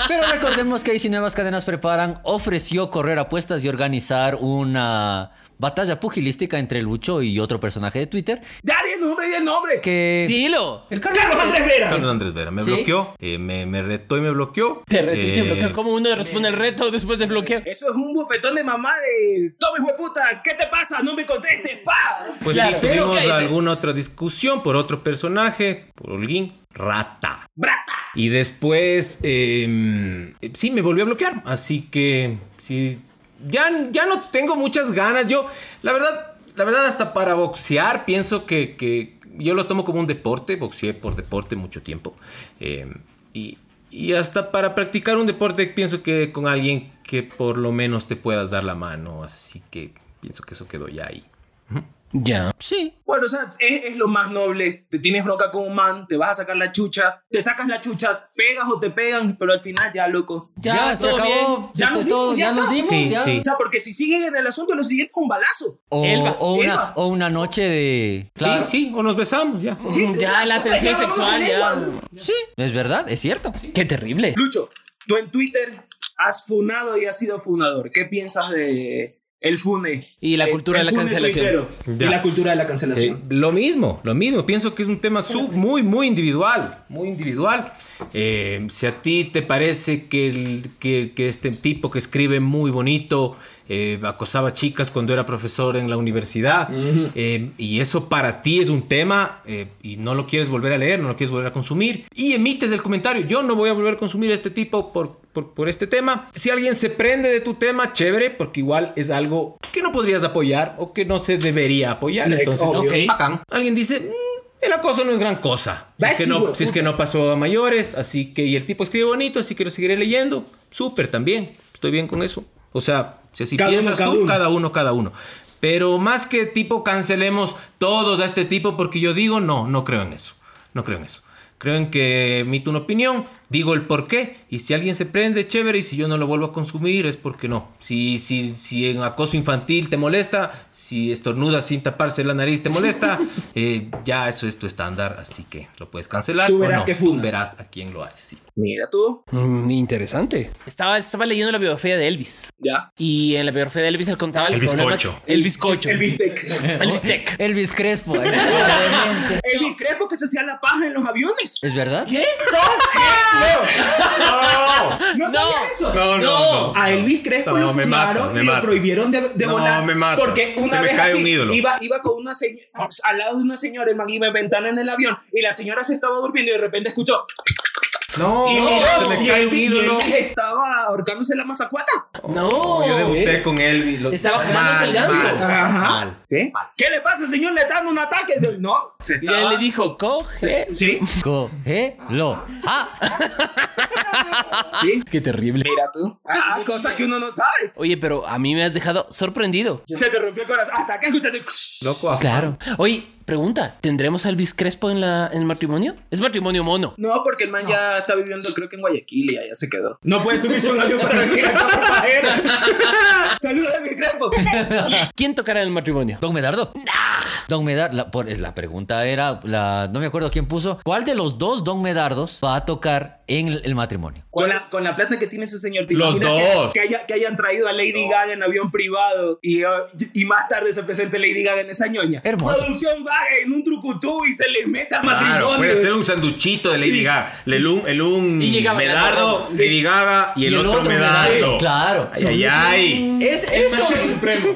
pero recordemos que ahí si nuevas cadenas preparan, ofreció correr apuestas y organizar una batalla pugilística entre Lucho y otro personaje de Twitter Ya, di el nombre, di el nombre. que Dilo. el Carlos Andrés Vera. Carlos Andrés Vera me Sí. bloqueó, eh, me, me retó y me bloqueó. Te reto y te Eh, bloqueo. ¿Cómo uno responde eh. el reto después del bloqueo? Eso es un bofetón de mamá de Toma, hijo de puta, ¿qué te pasa? No me contestes, pa. Pues Claro, sí, pero tuvimos cállate. alguna otra discusión por otro personaje, por Holguín, Rata. Brata. Y después, eh, sí, me volvió a bloquear. Así que, sí, ya, ya no tengo muchas ganas. Yo, la verdad, la verdad, hasta para boxear, pienso que, que yo lo tomo como un deporte. Boxeé por deporte mucho tiempo. Eh, y, y hasta para practicar un deporte, pienso que con alguien que por lo menos te puedas dar la mano. Así que pienso que eso quedó ya ahí. Ya. Sí, Bueno, o sea, es, es lo más noble. Te tienes bronca con un man, te vas a sacar la chucha, te sacas la chucha, pegas o te pegan, pero al final ya, loco. ya, se todo acabó, bien. ya, Ya esto nos es todo, dimos, ya ya nos está. dimos, Sí, ya. sí. O sea, porque si siguen en el asunto, lo siguiente es un balazo. O, Elba, o una, Elba. o una noche de... Claro, Sí, sí, o nos besamos ya. Ya la O sea, tensión ya vamos sexual, en ya. lengua. sí, es verdad, es cierto. Qué terrible. Lucho, tú en Twitter has funado y has sido funador. ¿Qué piensas de el fune? Y la El- cultura el de la fune cancelación. tuitero Y Ya. la cultura de la Eh, cancelación. lo mismo, lo mismo. Pienso que es un tema sub- muy, muy individual. Muy individual. Eh, si a ti te parece que, el- que- que este tipo que escribe muy bonito eh, acosaba chicas cuando era profesor en la universidad eh, y eso para ti es un tema eh, y no lo quieres volver a leer, no lo quieres volver a consumir y emites el comentario, yo no voy a volver a consumir a este tipo por, por, por este tema. Si alguien se prende de tu tema, chévere, porque igual es algo que no podrías apoyar o que no se debería apoyar. Next, Entonces, obvio. ok, bacán. Alguien dice, "Mm, el acoso no es gran cosa. Si Bah, es, que sí, no, hueputa. si es que no pasó a mayores, así que, y el tipo escribe bonito, así que lo seguiré leyendo. Súper también, estoy bien con eso. O sea, si así Cada uno, piensas cada tú, uno. cada uno, cada uno. Pero más que tipo cancelemos todos a este tipo, porque yo digo, no, no creo en eso. No creo en eso. Creo en que emito una opinión, digo el por qué, Y si alguien se prende, chévere. Y si yo no lo vuelvo a consumir, es porque no. Si, si, si en acoso infantil te molesta, si estornudas sin taparse la nariz te molesta, eh, ya eso es tu estándar. Así que lo puedes cancelar. Tú o verás no. que fumas. verás a quién lo hace. sí. Mira tú, Mm, interesante. Estaba, estaba leyendo la biografía de Elvis. ya. Y en la biografía de Elvis él contaba el, El problema bizcocho. que- el bizcocho. El bistec. El bistec. Elvis Crespo. obviamente. El discrepo que se hacía la paja en los aviones. ¿Es verdad? ¿No, sabía eso? No, no, no. A Elvis Crespo No, lo me mata, sumaron me y lo mata. prohibieron de, de No, volar. me mata. Porque una Se me vez cae así, un ídolo. Iba, iba con una señora al lado de una señora, el man iba en ventana en el avión y la señora se estaba durmiendo y de repente escuchó No, y se miró, me y cae un Elvis- y ídolo. Elvis estaba ahorcándose la mazacuata. No. Pues Yo debuté con Elvis. lo- Estaba jalándose el ganso. mal. ¿Qué? ¿Qué le pasa, señor? Le están un ataque. No, se Y él estaba- le dijo, coge. Sí, ¿eh? Cogelo. Ah, sí. Ah. Qué terrible. Mira tú. Ah, cosas que uno no sabe. Oye, pero a mí me has dejado sorprendido. Se te rompió el corazón. Hasta que escuchaste. Loco, afán. Claro. Oye, pregunta, ¿tendremos a Elvis Crespo en, la, en el matrimonio? Es matrimonio mono. No, porque el man ya está viviendo, creo que en Guayaquil y allá se quedó. No puede subirse a un avión para venir acá por Pajera. Saludos a mi crepo. Ah. ¿Quién tocará en el matrimonio? Don Medardo. Don Medardo. La, por- es la pregunta era, la, no me acuerdo quién puso. ¿Cuál de los dos Don Medardos va a tocar en el, el matrimonio? Con la, con la plata que tiene ese señor, ¿te Los imaginas dos. Que, que haya- que hayan traído a Lady Gaga en avión privado y, uh, y más tarde se presente Lady Gaga en esa ñoña. Hermoso. Producción va en un trucutú y se les meta al matrimonio. Claro, puede ser un sanduchito de Lady Sí. Gaga. El un, el un Y llegaba medardo, la Lady Gaga y el, otro, medardo. Claro. Ay, ay, ay. Es eso.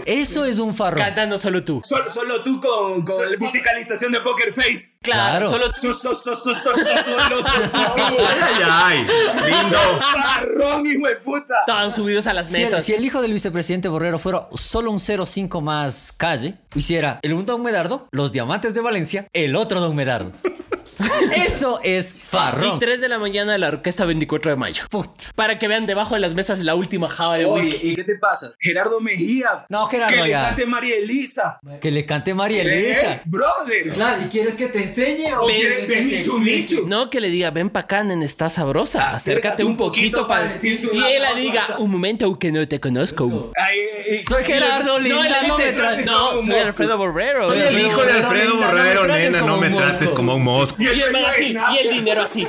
Eso es un farro. Cantando solo tú. Solo, solo tú con, con la musicalización de Poker Face. Claro. Solo tú. So, so, so, so, so, so, solo so, Ay, ay, ay. Lindo. Parrón, hijo de puta. Estaban subidos a las Si el, mesas. si el hijo del vicepresidente Borrero fuera solo un 05 más calle, hiciera el un Don Medardo, los diamantes de Valencia, el otro Don Medardo. Eso es Y farrón. 3 de la mañana de la orquesta 24 de mayo. Puta. Para que vean debajo de las mesas la última java de Oye, whisky. ¿y qué te pasa? Gerardo Mejía. No, Gerardo, Que le ya. cante María Elisa. Que le cante María Eh, Elisa. brother. Claro, ¿y quieres que te enseñe ¿O quieres ver Michu Michu? No que le diga, ven pa' acá, nena, está sabrosa. Acércate un poquito para decirte Y una él le cosa. diga, un momento que no te conozco. Ay, eh, ay, ay. Soy Gerardo no, Linda, él no me dice, trates no, como un soy mosco". Alfredo Borrero. Soy Y El el- hijo de Alfredo Borrero, nena, no me trates como un mosco. Y el dueño man de así, y Snapchat. el dinero así.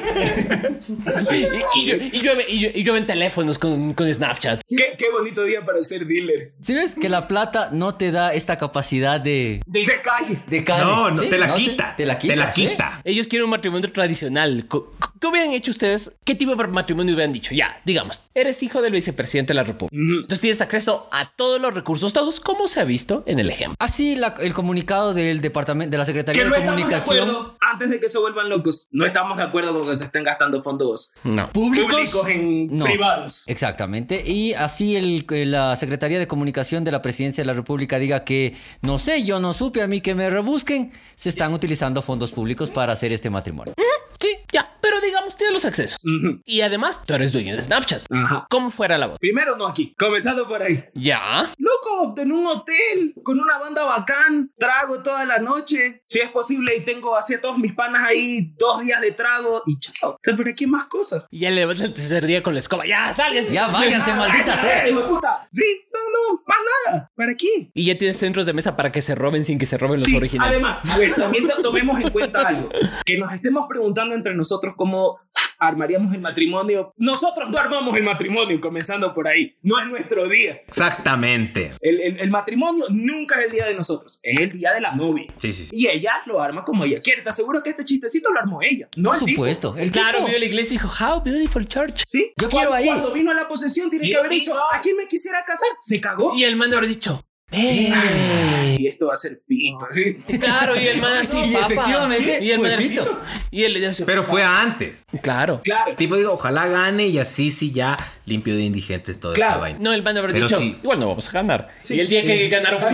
Y- y yo- y yo- y yo- Y yo en teléfonos con, con Snapchat. Qué, qué bonito día para ser dealer. ¿Sí ves? Que la plata no te da esta capacidad de... De, calle. de calle. No, no, Sí, te la te- quita. Te la quita. sí. Ellos quieren un matrimonio tradicional. Co- co- ¿Qué hubieran hecho ustedes? ¿Qué tipo de matrimonio hubieran dicho? Ya, digamos, eres hijo del vicepresidente de la República. Entonces tienes acceso a todos los recursos, todos como se ha visto en el ejemplo. Así la- el comunicado del departamento de la Secretaría Que no de estamos de Comunicación acuerdo. Antes de que se vuelvan locos, no estamos de acuerdo con que se estén gastando fondos No. públicos, públicos en No. Eh. privados. Exactamente. Y así el, la Secretaría de Comunicación de la Presidencia de la República diga que, no sé, yo no supe a mí que me rebusquen, se están utilizando fondos públicos para hacer este matrimonio. Sí, ya, pero digamos, tienes los accesos. Ujú. Y además, tú eres dueño de Snapchat. Ah. Ajá. ¿Cómo fuera la voz? Primero no aquí. Comenzando por ahí. Ya. Loco, en un hotel, con una banda bacán, trago toda la noche, si es posible, y tengo así a todos mis panas ahí, dos días de trago y chao. O sea, Pero aquí hay más cosas. Y ya le vas el tercer día con la escoba. Ya, sálganse. Ya váyanse, maldita sea. hijo de puta! Sí, no, no, más nada. ¿Para qué? Y ya tienes centros de mesa para que se roben sin que se roben los Sí, originales. Además, a ver, también to- tomemos en cuenta algo. Que nos estemos preguntando entre nosotros cómo armaríamos el matrimonio. Nosotros no armamos el matrimonio, comenzando por ahí. No es nuestro día. Exactamente. El, el- el matrimonio nunca es el día de nosotros, es el día de la novia. Sí, sí, sí. Y ella lo arma como ella quiere. Te aseguro que este chistecito lo armó ella. No Por el tipo. supuesto. El claro, tipo- vio la iglesia y dijo, How beautiful church. ¿Sí? Yo Cuando- quiero ahí. Cuando vino a la posesión, tiene Sí, que haber sí. dicho, ¿a quién me quisiera casar? Se cagó. Y el man de haber dicho, Y esto va a ser pito. ¿sí? Claro, y el man así, Y papá. efectivamente, y el man fue así, pito. Y él le dio así, Pero fue antes. claro. El Claro. tipo dijo, ojalá gane y así sí ya limpio de indigentes toda Claro. esta vaina. No, el man de haber Pero dicho, sí. igual no vamos a ganar. y el día que ganaron fue,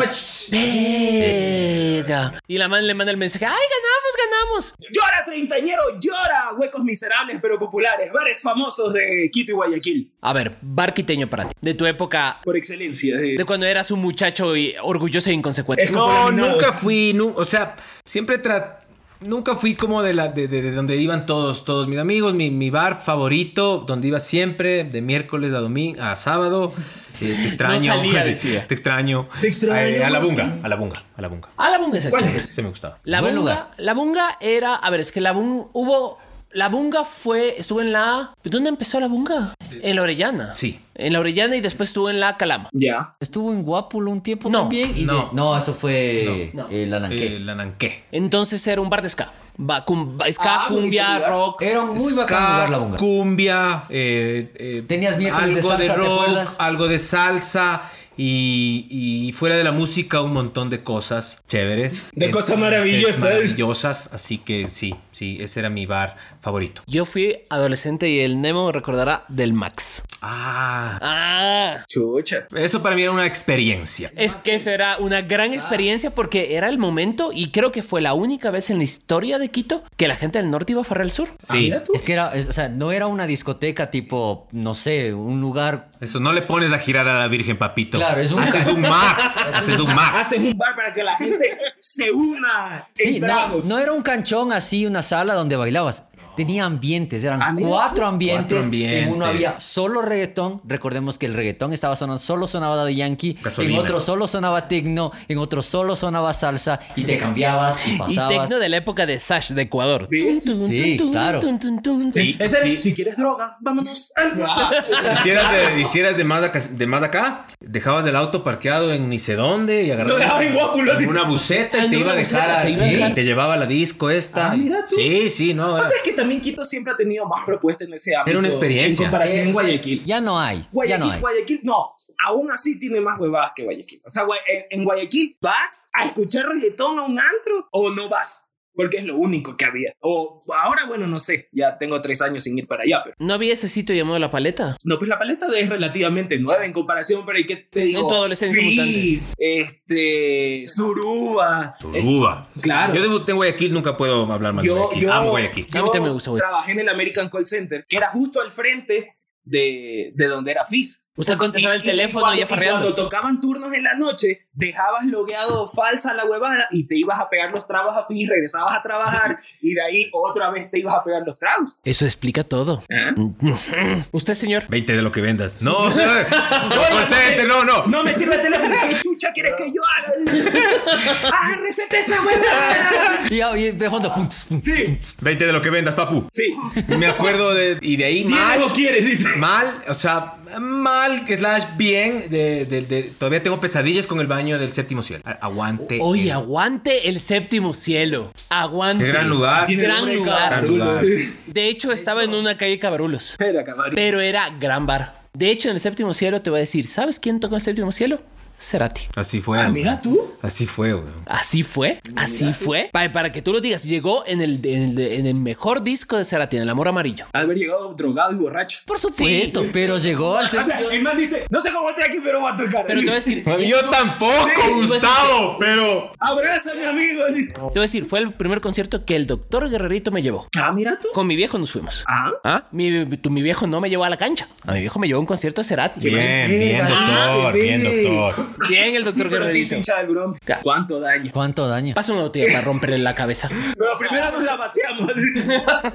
"Verga". Y la man le manda el mensaje, ay, ganamos, ganamos. Llora, treintañero, llora. Huecos miserables pero populares. Bares famosos de Quito y Guayaquil. A ver, bar quiteño para ti, de tu época, Por excelencia. sí. de cuando eras un Eh, muchacho y orgulloso e inconsecuente. Es como No, la minada. nunca fui, nu- o sea, siempre tra- Nunca fui como de la de, de- de donde iban todos, todos mis amigos, mi, mi bar favorito, donde iba siempre, de miércoles a domingo a sábado. Eh, te extraño. salía, Sí, decía. Te extraño. Te extraño, Eh, a la Marcelo. bunga, a la bunga, a la bunga. Ah, la bunga es ¿Cuál aquí. es? Ese me gustaba. La Buen bunga, lugar. la bunga era, a ver, es que la bunga hubo la bunga fue estuvo en la ¿Dónde empezó la bunga? En la Orellana. Sí. En la Orellana y después estuvo en la Calama. Ya. Estuvo en Guápulo un tiempo No, también. Y de- no. no. eso fue No, no. el Eh, Ananqué. la nanqué. Entonces era un bar de ska, Ba- cum- ba- ska, Ah, bonito cumbia, lugar. rock. Era un muy bacán lugar la bunga. Cumbia. eh, eh, Tenías miércoles de salsa, ¿te acuerdas? algo de salsa. Y, y fuera de la música, un montón de cosas chéveres. De Eh, cosas maravillosas. Maravillosas. Así que sí, sí, ese era mi bar favorito. Yo fui adolescente y el Nemo me recordará del Max. Ah. Ah, Chucha. Eso para mí era una Ah, experiencia. es que eso era una gran experiencia porque era el momento y creo que fue la única vez en la historia de Quito que la gente del norte iba a farrar al sur. Sí. Es que era, es- o sea, no era una discoteca tipo, no sé, un lugar. Eso no le pones a girar a la Virgen, papito. Claro, es un- Haces un max. haces un max. Haces un bar para que la gente se una en Sí, no, tragos. no era un canchón así, una sala donde bailabas. Tenía ambientes, eran Ah, mira. cuatro ambientes. En uno ambientes. había solo reggaetón. Recordemos que el reggaetón estaba sonando, solo sonaba Daddy Yankee. En Gasolina. otro solo sonaba tecno. En otro solo sonaba salsa. Y te cambiabas y Y pasabas. tecno de la época de Sash de Ecuador. ¿Ves? Sí, claro. Sí, ese era, Si quieres droga, vámonos al Hicieras de, hicieras de más, acá, de más acá, dejabas el auto parqueado en ni sé dónde y agarrabas Lo dejaba en Guápulo, así. una buceta Ah, y te en iba a una dejar buseta, a- te iba a sí, dejar. te llevaba la disco esta. Ah, mira tú. Sí, sí, no. O era- sea que también Quito siempre ha tenido más propuestas en ese ámbito. Era una experiencia. En comparación Eh, con Guayaquil. Ya no hay. ya Guayaquil, no hay. Guayaquil, no, aún así tiene más huevadas que Guayaquil. O sea, Guay- en, en Guayaquil vas a escuchar reggaetón a un antro o no vas, porque es lo único que había. O ahora, bueno, no sé, ya tengo tres años sin ir para allá, pero ¿No había ese sitio llamado La Paleta? no, pues la paleta es relativamente nueva en comparación, pero ¿y qué te digo? En tu adolescencia Fizz, este, Suruba. Uruba. Es- claro. Yo debuté en Guayaquil, nunca puedo hablar mal de Yo, Guayaquil. yo, Amo Guayaquil. A mí también me gusta yo Guayaquil. trabajé en el American Call Center, que era justo al frente de, de donde era FIS. Usted contestaba el teléfono cuando, ya farreando. cuando tocaban turnos en la noche, dejabas logueado falsa la huevada y te ibas a pegar los tragos a FIS, regresabas a trabajar y de ahí otra vez te ibas a pegar los tragos. Eso explica todo. ¿Eh? Usted, señor. 20 de lo que vendas. No, no, call center, no, no. No me sirve el teléfono, ¿qué chucha quieres que yo haga? ¡Ah, receta esa huevada! Y, y de fondo. pum, tss, pum, tss, Sí. pum, tss. 20 de lo que vendas, papu. Sí. Me acuerdo de. Y de ahí ¿Tienes mal. o quieres? Dice. Mal, o sea, mal, que slash bien. De, de- de- todavía tengo pesadillas con el baño del séptimo cielo. A- Aguante. Oye, el- aguante el séptimo cielo. Aguante. Qué gran lugar. Tiene Gran nombre de lugar. cabarulo. Gran lugar. De hecho, estaba en una calle Cabarulos, Espera, cabarulo. pero era gran bar. De hecho, en el séptimo cielo te voy a decir, ¿sabes quién tocó el séptimo cielo? Cerati. Así fue. Ah, güey. mira tú. Así fue, güey. Así fue, así fue. Pa- para que tú lo digas, llegó en el, en el- en el mejor disco de Cerati, en El Amor Amarillo. Haber llegado drogado y borracho. Por supuesto, pero llegó al O sea, el man dice, no sé cómo estoy aquí, pero voy a tocar. Pero te voy a decir, eh, Yo tampoco, Gustavo, pero. Abraza a mi amigo. te voy a decir, fue el primer concierto que el doctor Guerrerito me llevó. Ah, mira tú. Con mi viejo nos fuimos. Ah. Ah, mi, tu- mi viejo no me llevó a la cancha. A mi viejo me llevó a un concierto de Cerati. Bien, bien, doctor, bien, doctor. Bien, el Sí, doctor pero dice Guerrerito. hincha del Brom. Ca- ¿Cuánto daño? ¿Cuánto daño? Pasa una botella para romperle la cabeza. Pero primero nos la vaciamos.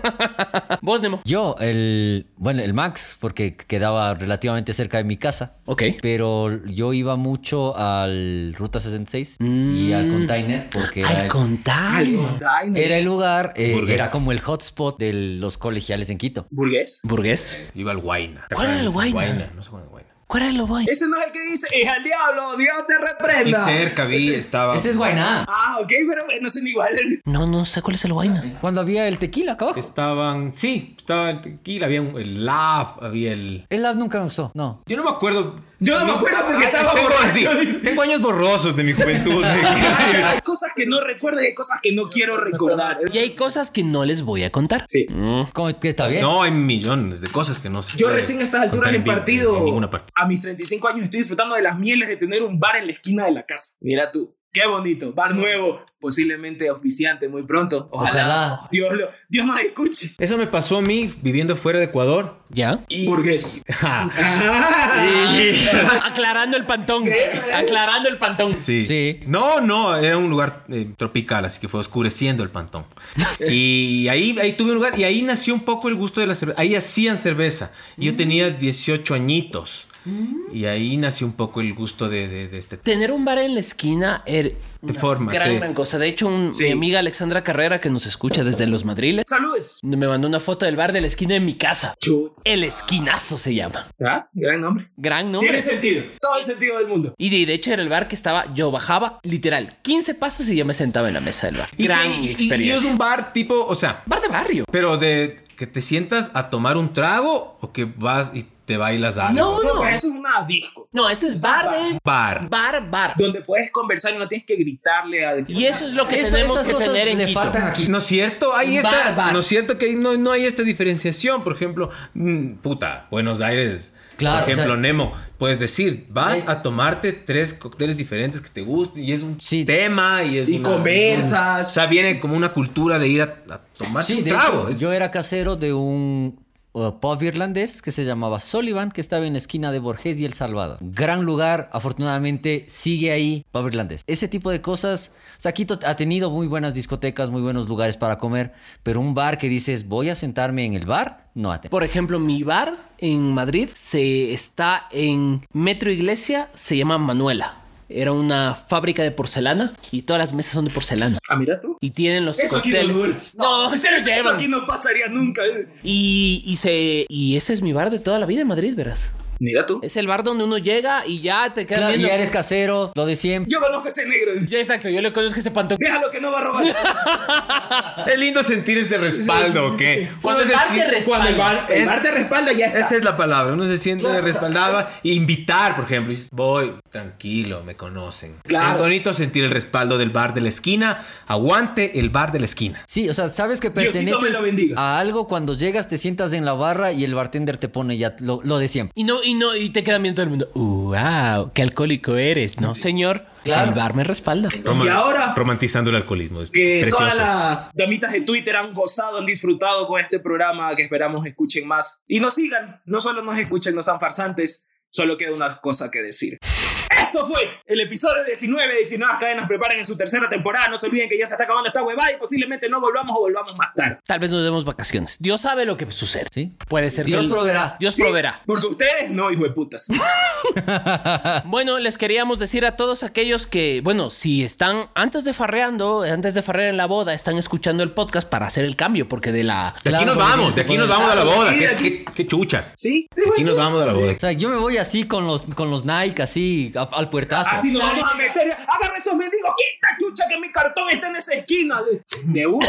Vos, Nemo. Yo, el. Bueno, el Max, porque quedaba relativamente cerca de mi casa. Ok. Pero yo iba mucho al Ruta 66 y al container porque era Al el, contrario. Daño. era el lugar, eh, Burgués. era como el hotspot de los colegiales en Quito. ¿Burgués? Burgués. Iba al Guaina. ¿Cuál era el Guayna? No sé cuál era el Guaina. ¿Cuál era lo guay? Ese no es el que dice, es al diablo, Dios te Aquí reprenda. cerca vi, estaba. Ese es Guainá. Ah, ok, pero no son iguales. No, no sé cuál es el guayna. Cuando había el tequila acá abajo. Estaban. Sí, estaba el tequila, había un, el laugh, había el. El app nunca me gustó, no. Yo no me acuerdo. Yo no me acuerdo porque estaba tengo borracho. así- Tengo años borrosos de mi juventud. Hay cosas que no recuerdo y hay cosas que no quiero recordar. Y hay cosas que no les voy a contar. Sí. Como que está bien. No, hay millones de cosas que no sé. Yo recién a estas alturas del partido, En ninguna parte. a mis 35 años, estoy disfrutando de las mieles de tener un bar en la esquina de la casa. Mira tú, qué bonito, bar nuevo, posiblemente auspiciante muy pronto. Ojalá. Ojalá. Dios, lo, Dios nos escuche. Eso me pasó a mí viviendo fuera de Ecuador. ¿Ya? Burgués. Ja. Ah, Y- Aclarando el pantón. Sí. Aclarando el pantón. Sí. Sí. No, no, era un lugar eh, tropical, así que fue oscureciendo el pantón. y ahí, ahí tuve un lugar y ahí nació un poco el gusto de la cerveza. Ahí hacían cerveza. Y Mm. Yo tenía 18 añitos. Y ahí nació un poco el gusto de, de- de este Tener un bar en la esquina era Te una forma, gran, te- gran cosa. De hecho, un- Sí. mi amiga Alexandra Carrera, que nos escucha desde Los Madriles, Saludos. me mandó una foto del bar de la esquina de mi casa. Chuta. El Esquinazo se llama. Ah, Gran nombre. Gran nombre. Tiene sentido. Todo el sentido del mundo. Y de, de hecho era el bar que estaba, yo bajaba literal 15 pasos y yo me sentaba en la mesa del bar. Y- Gran y- y- Y es experiencia. un bar tipo, o sea, Bar de barrio. pero de que te sientas a tomar un trago o que vas y te bailas algo. No, No, no. pues eso es una disco. No, este es bar de... Bar. Bar, bar. Donde puedes conversar y no tienes que gritarle a. Y eso es lo que Eso- tenemos esas que cosas tener en le Quito. faltan aquí. No es cierto, ahí Bar, está. bar. No es cierto que ahí no, no hay esta diferenciación. Por ejemplo, mm, puta, Buenos Aires. Claro, Por ejemplo, o sea- Nemo. Puedes decir, vas Eh. a tomarte tres cócteles diferentes que te gusten y es un Sí. tema y es Y una- conversas. o sea, viene como una cultura de ir a, a tomarse Sí, Ah, un de trago. hecho, Es- yo era casero de un uh, pub irlandés que se llamaba Sullivan, que estaba en la esquina de Borges y El Salvador. Gran lugar, afortunadamente sigue ahí, pub irlandés. Ese tipo de cosas, o sea, Quito ha tenido muy buenas discotecas, muy buenos lugares para comer, pero un bar que dices, voy a sentarme en el bar, no ha tenido. Por ejemplo, mi bar en Madrid se está en Metro Iglesia, se llama Manuela. Era una fábrica de porcelana y todas las mesas son de porcelana. Ah, mira tú. Y tienen los Eso aquí no cócteles. dura. no, en serio, se Eso llaman. aquí no pasaría nunca. Y, y se y ese es mi bar de toda la vida en Madrid, verás. Mira tú. Es el bar donde uno llega y ya te quedas Claro, viendo. ya eres casero, lo de siempre. Yo conozco a ese negro. Ya, exacto, yo le conozco ese pantón. Déjalo que no va a robar. Es lindo sentir ese respaldo, ¿ok? Cuando el se bar te siente- cuando el bar- El es- bar te respalda ya estás. Esa es la palabra, uno se siente Claro, o sea, respaldado. e invitar, por ejemplo, dices, voy tranquilo, me conocen. Claro. Es bonito sentir el respaldo del bar de la esquina. Aguante el bar de la esquina. Sí, o sea, sabes que Diosito me lo perteneces bendiga. a algo cuando llegas, te sientas en la barra y el bartender te pone ya lo, lo de siempre. Y no, y no, y te quedan viendo todo el mundo. ¡Wow! ¡Qué alcohólico eres! No, señor. Claro. El bar me respalda. Roman- ahora- Romantizando el alcoholismo. Es Que precioso. todas las damitas de Twitter han gozado, han disfrutado con este programa, que esperamos escuchen más. Y nos sigan, no solo nos escuchen, no sean farsantes, solo queda una cosa que decir. Esto fue el episodio 19 de 19 cadenas preparan en su tercera temporada. No se olviden que ya se está acabando esta huevada y posiblemente no volvamos o volvamos más tarde. Tal vez nos demos vacaciones. Dios sabe lo que sucede. Sí. Puede ser. que Dios el- proveerá. Dios proveerá. Porque ustedes no, hijo de putas. ¿Mm? Bueno, les queríamos decir a todos aquellos que, bueno, si están antes de farreando, antes de farrear en la boda, están escuchando el podcast para hacer el cambio, porque de la. De aquí Claro, nos porque tienes vamos, de que aquí nos poner- vamos a la Ah, boda. sí, de ¿Qué, aquí. qué- qué chuchas. ¿Sí? De aquí nos vamos a la boda. O sea, yo me voy así con los con los Nike, así a- al puertazo. Ah, Así nos Ah, vamos a meter. Agarra esos mendigos. Quita chucha que mi cartón está en esa esquina. De- De una.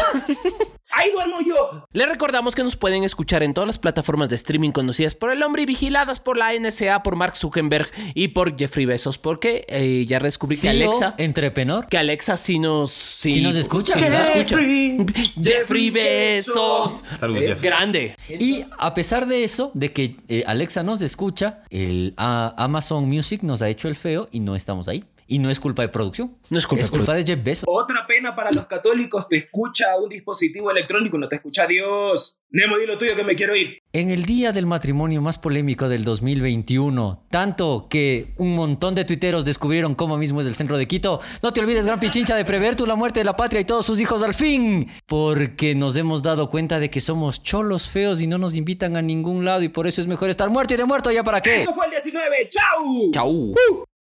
Ahí duermo yo. Les recordamos que nos pueden escuchar en todas las plataformas de streaming conocidas por el hombre y vigiladas por la NSA, por Mark Zuckerberg y por Jeffrey Bezos, porque eh, ya descubrí que CEO, Alexa. Entreprenor. Que Alexa sí nos. Sí, Sí nos escucha. sí nos escucha. Jeffrey. Jeffrey Bezos. Saludos, Jeff. Grande. Y a pesar de eso, de que eh, Alexa nos escucha, el ah, Amazon Music nos ha hecho el feo y no estamos ahí. Y no es culpa de producción. No es culpa Es de culpa de Jeff Bezos. Otra pena para los católicos, te escucha un dispositivo electrónico, no te escucha Dios. Nemo, di lo tuyo que me quiero ir. En el día del matrimonio más polémico del 2021, tanto que un montón de tuiteros descubrieron cómo mismo es el centro de Quito, no te olvides, gran pichincha, de prever tú la muerte de la patria y todos sus hijos al fin, porque nos hemos dado cuenta de que somos cholos feos y no nos invitan a ningún lado y por eso es mejor estar muerto y de muerto, ¿ya para qué? Esto fue el 19, chau. Chau.